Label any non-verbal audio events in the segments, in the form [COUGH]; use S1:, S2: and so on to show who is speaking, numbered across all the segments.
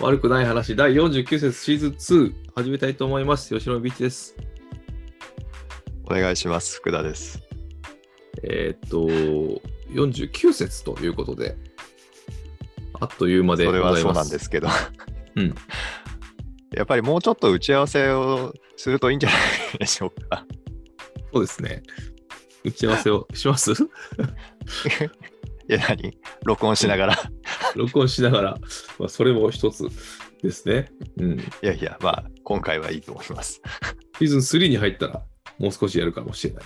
S1: 悪くない話第49節シーズン2始めたいと思います。吉野美一です。
S2: お願いします。福田です。
S1: えーっと、49節ということで、あっという間で
S2: そ
S1: ござ
S2: れ
S1: いま
S2: は
S1: す。
S2: そうなんですけど。
S1: [LAUGHS] うん
S2: やっぱりもうちょっと打ち合わせをするといいんじゃないでしょうか。 [LAUGHS]
S1: そうですね。打ち合わせをします [LAUGHS]
S2: いや、何録音しながら。
S1: 録音しながら、まあ、それも一つですね。うん。シ
S2: いやいや、まあ、今回はいいと思います。
S1: ーズン3に入ったら、もう少しやるかもしれない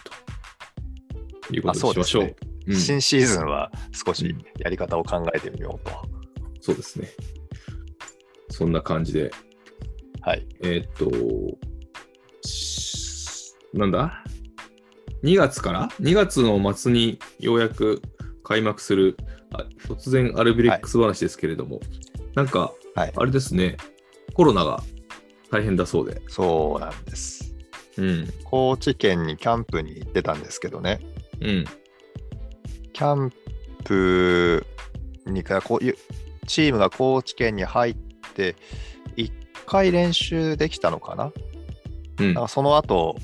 S1: と。いうことにしましょう。
S2: あそう
S1: うん
S2: 新シーズンは少し
S1: うん
S2: やり方を考えてみようと。
S1: そうですね。そんな感じで、
S2: はい。
S1: えーっと、しなんだ ?2 月から ?2 月の末にようやく開幕する、あ突然アルビレックス話ですけれども、なんか、
S2: はい
S1: あれですね、コロナが大変だそうで。
S2: そうなんです。
S1: うん。
S2: 高知県にキャンプに行ってたんですけどね。
S1: うん。
S2: キャンプにかこういうチームが高知県に入って1回練習できたのかな,、
S1: うん
S2: なんかその後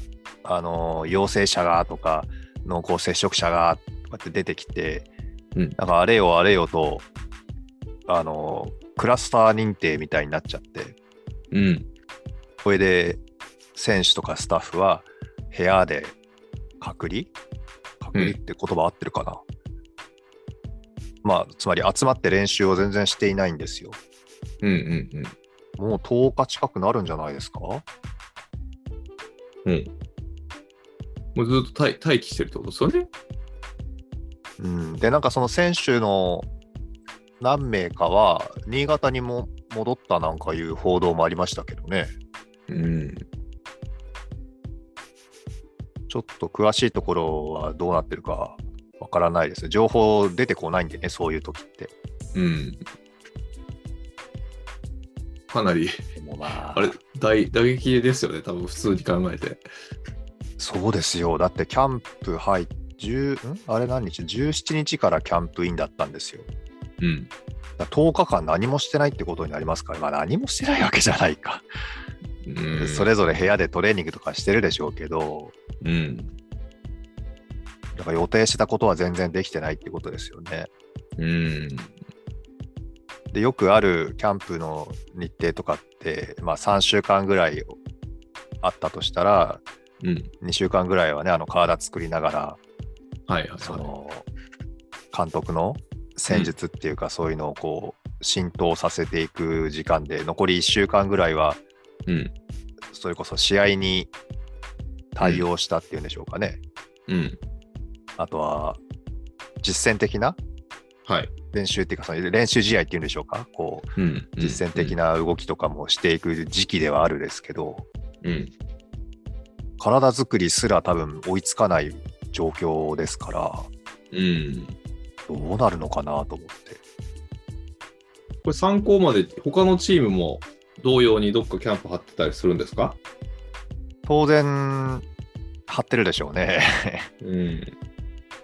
S2: あの陽性者がとか濃厚接触者がとかって出てきて、
S1: うん
S2: なんかあれよあれよとあのクラスター認定みたいになっちゃって
S1: うん。
S2: これで選手とかスタッフは部屋で隔離隔離って言葉合ってるかな、まあつまり集まって練習を全然していないんですよ
S1: うんうんうん。
S2: もう10日近くなるんじゃないですか
S1: もうずっと待待機してるってことですよね。
S2: うんでなんかその選手の何名かは新潟にも戻ったなんかいう報道もありましたけどね
S1: うん。
S2: ちょっと詳しいところはどうなってるかわからないです情報出てこないんでねそういう時って
S1: うん。かなり、
S2: でもま
S1: あれ、大打撃ですよね、多分普通に考えて。
S2: そうですよ。だってキャンプ入っ10んあれ何日 ?17 日からキャンプインだったんですよ。
S1: うん。
S2: だ10日間何もしてないってことになりますから、まあ何もしてないわけじゃないか。
S1: うん、
S2: それぞれ部屋でトレーニングとかしてるでしょうけど、
S1: うん。
S2: だから予定してたことは全然できてないってことですよね。
S1: うん。
S2: で、よくあるキャンプの日程とかって、まあ3週間ぐらいあったとしたら、
S1: うん。
S2: 2週間ぐらいはね、あの体作りながら、
S1: はいはい、はい。
S2: その監督の戦術っていうか、そういうのをこう浸透させていく時間で残り1週間ぐらいは
S1: うん。
S2: それこそ試合に対応したっていうんでしょうかね、
S1: うん。
S2: あとは実践的な
S1: はい。
S2: 練習っていうかその練習試合っていうんでしょうかこう
S1: うん。
S2: 実践的
S1: な。
S2: な動きとかもしていく時期ではあるですけど、
S1: うん。
S2: 体作りすら多分追いつかない状況ですから
S1: うん。
S2: どうなるのかなと思って。
S1: これ参考まで、他のチームも同様にどっかキャンプ張ってたりするんですか
S2: 当然張ってるでしょうね。
S1: うん。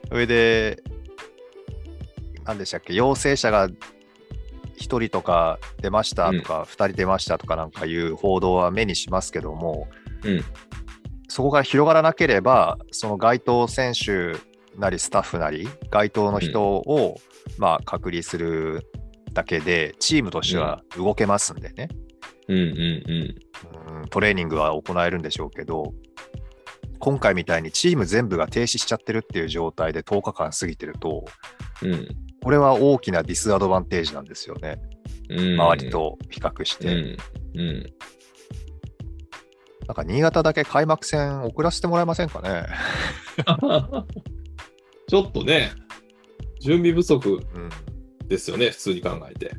S2: それで、何でしたっけ、陽性者が1人とか出ましたとか、2人出ましたとかなんかいう報道は目にしますけども、
S1: うん
S2: そこが広がらなければ、その該当選手なりスタッフなり、該当の人を、まあ、隔離するだけで、チームとしては動けますんでね、
S1: うんうんうん。
S2: うんトレーニングは行えるんでしょうけど、今回みたいにチーム全部が停止しちゃってるっていう状態で10日間過ぎてると、
S1: うん。
S2: これは大きなディスアドバンテージなんですよね、
S1: うん、
S2: 周りと比較して。
S1: うん。うん。 [LAUGHS]
S2: なんか新潟だけ開幕戦遅らせてもらえませんかね。
S1: ちょっとね、準備不足
S2: うん、
S1: ですよね、普通に考えて。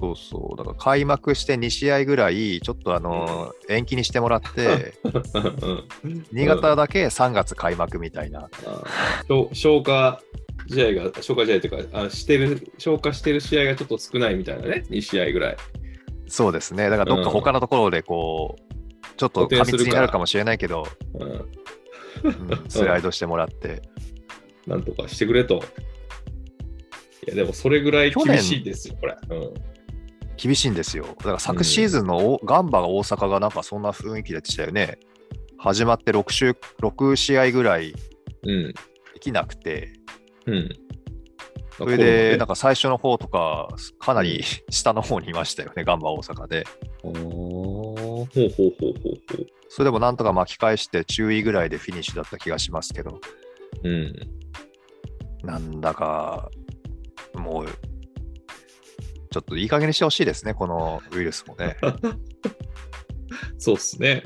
S2: そうそう、だから開幕して2試合ぐらい、ちょっとあの延期にしてもらって、
S1: うん
S2: 新潟だけ3月開幕みたいな、
S1: あー消消化試合が、消化試合というか、あしてる消化してる試合がちょっと少ないみたいなね、2試合ぐらい。
S2: そうですね、だからどっか他のところでこう、ちょっと過密になるかもしれないけど、
S1: うん、
S2: うんスライドしてもらって、
S1: なんとかしてくれと。いや、でもそれぐらい
S2: 去年
S1: 厳しいですよ、これ。うん、
S2: 厳しいんですよ。だから昨シーズンのおガンバが大阪がなんかそんな雰囲気でしたよね。始まって6週、6試合ぐらい
S1: うん。
S2: できなくて、
S1: うん。
S2: それでなんか最初の方とか、かなり下の方にいましたよね、ガンバ大阪で。
S1: ああ、ほうほうほうほうほう。
S2: それでもなんとか巻き返して、注意ぐらいでフィニッシュだった気がしますけど、
S1: うん。
S2: なんだか、もう、ちょっといい加減にしてほしいですね、このウイルスもね。
S1: [LAUGHS] そうっすね。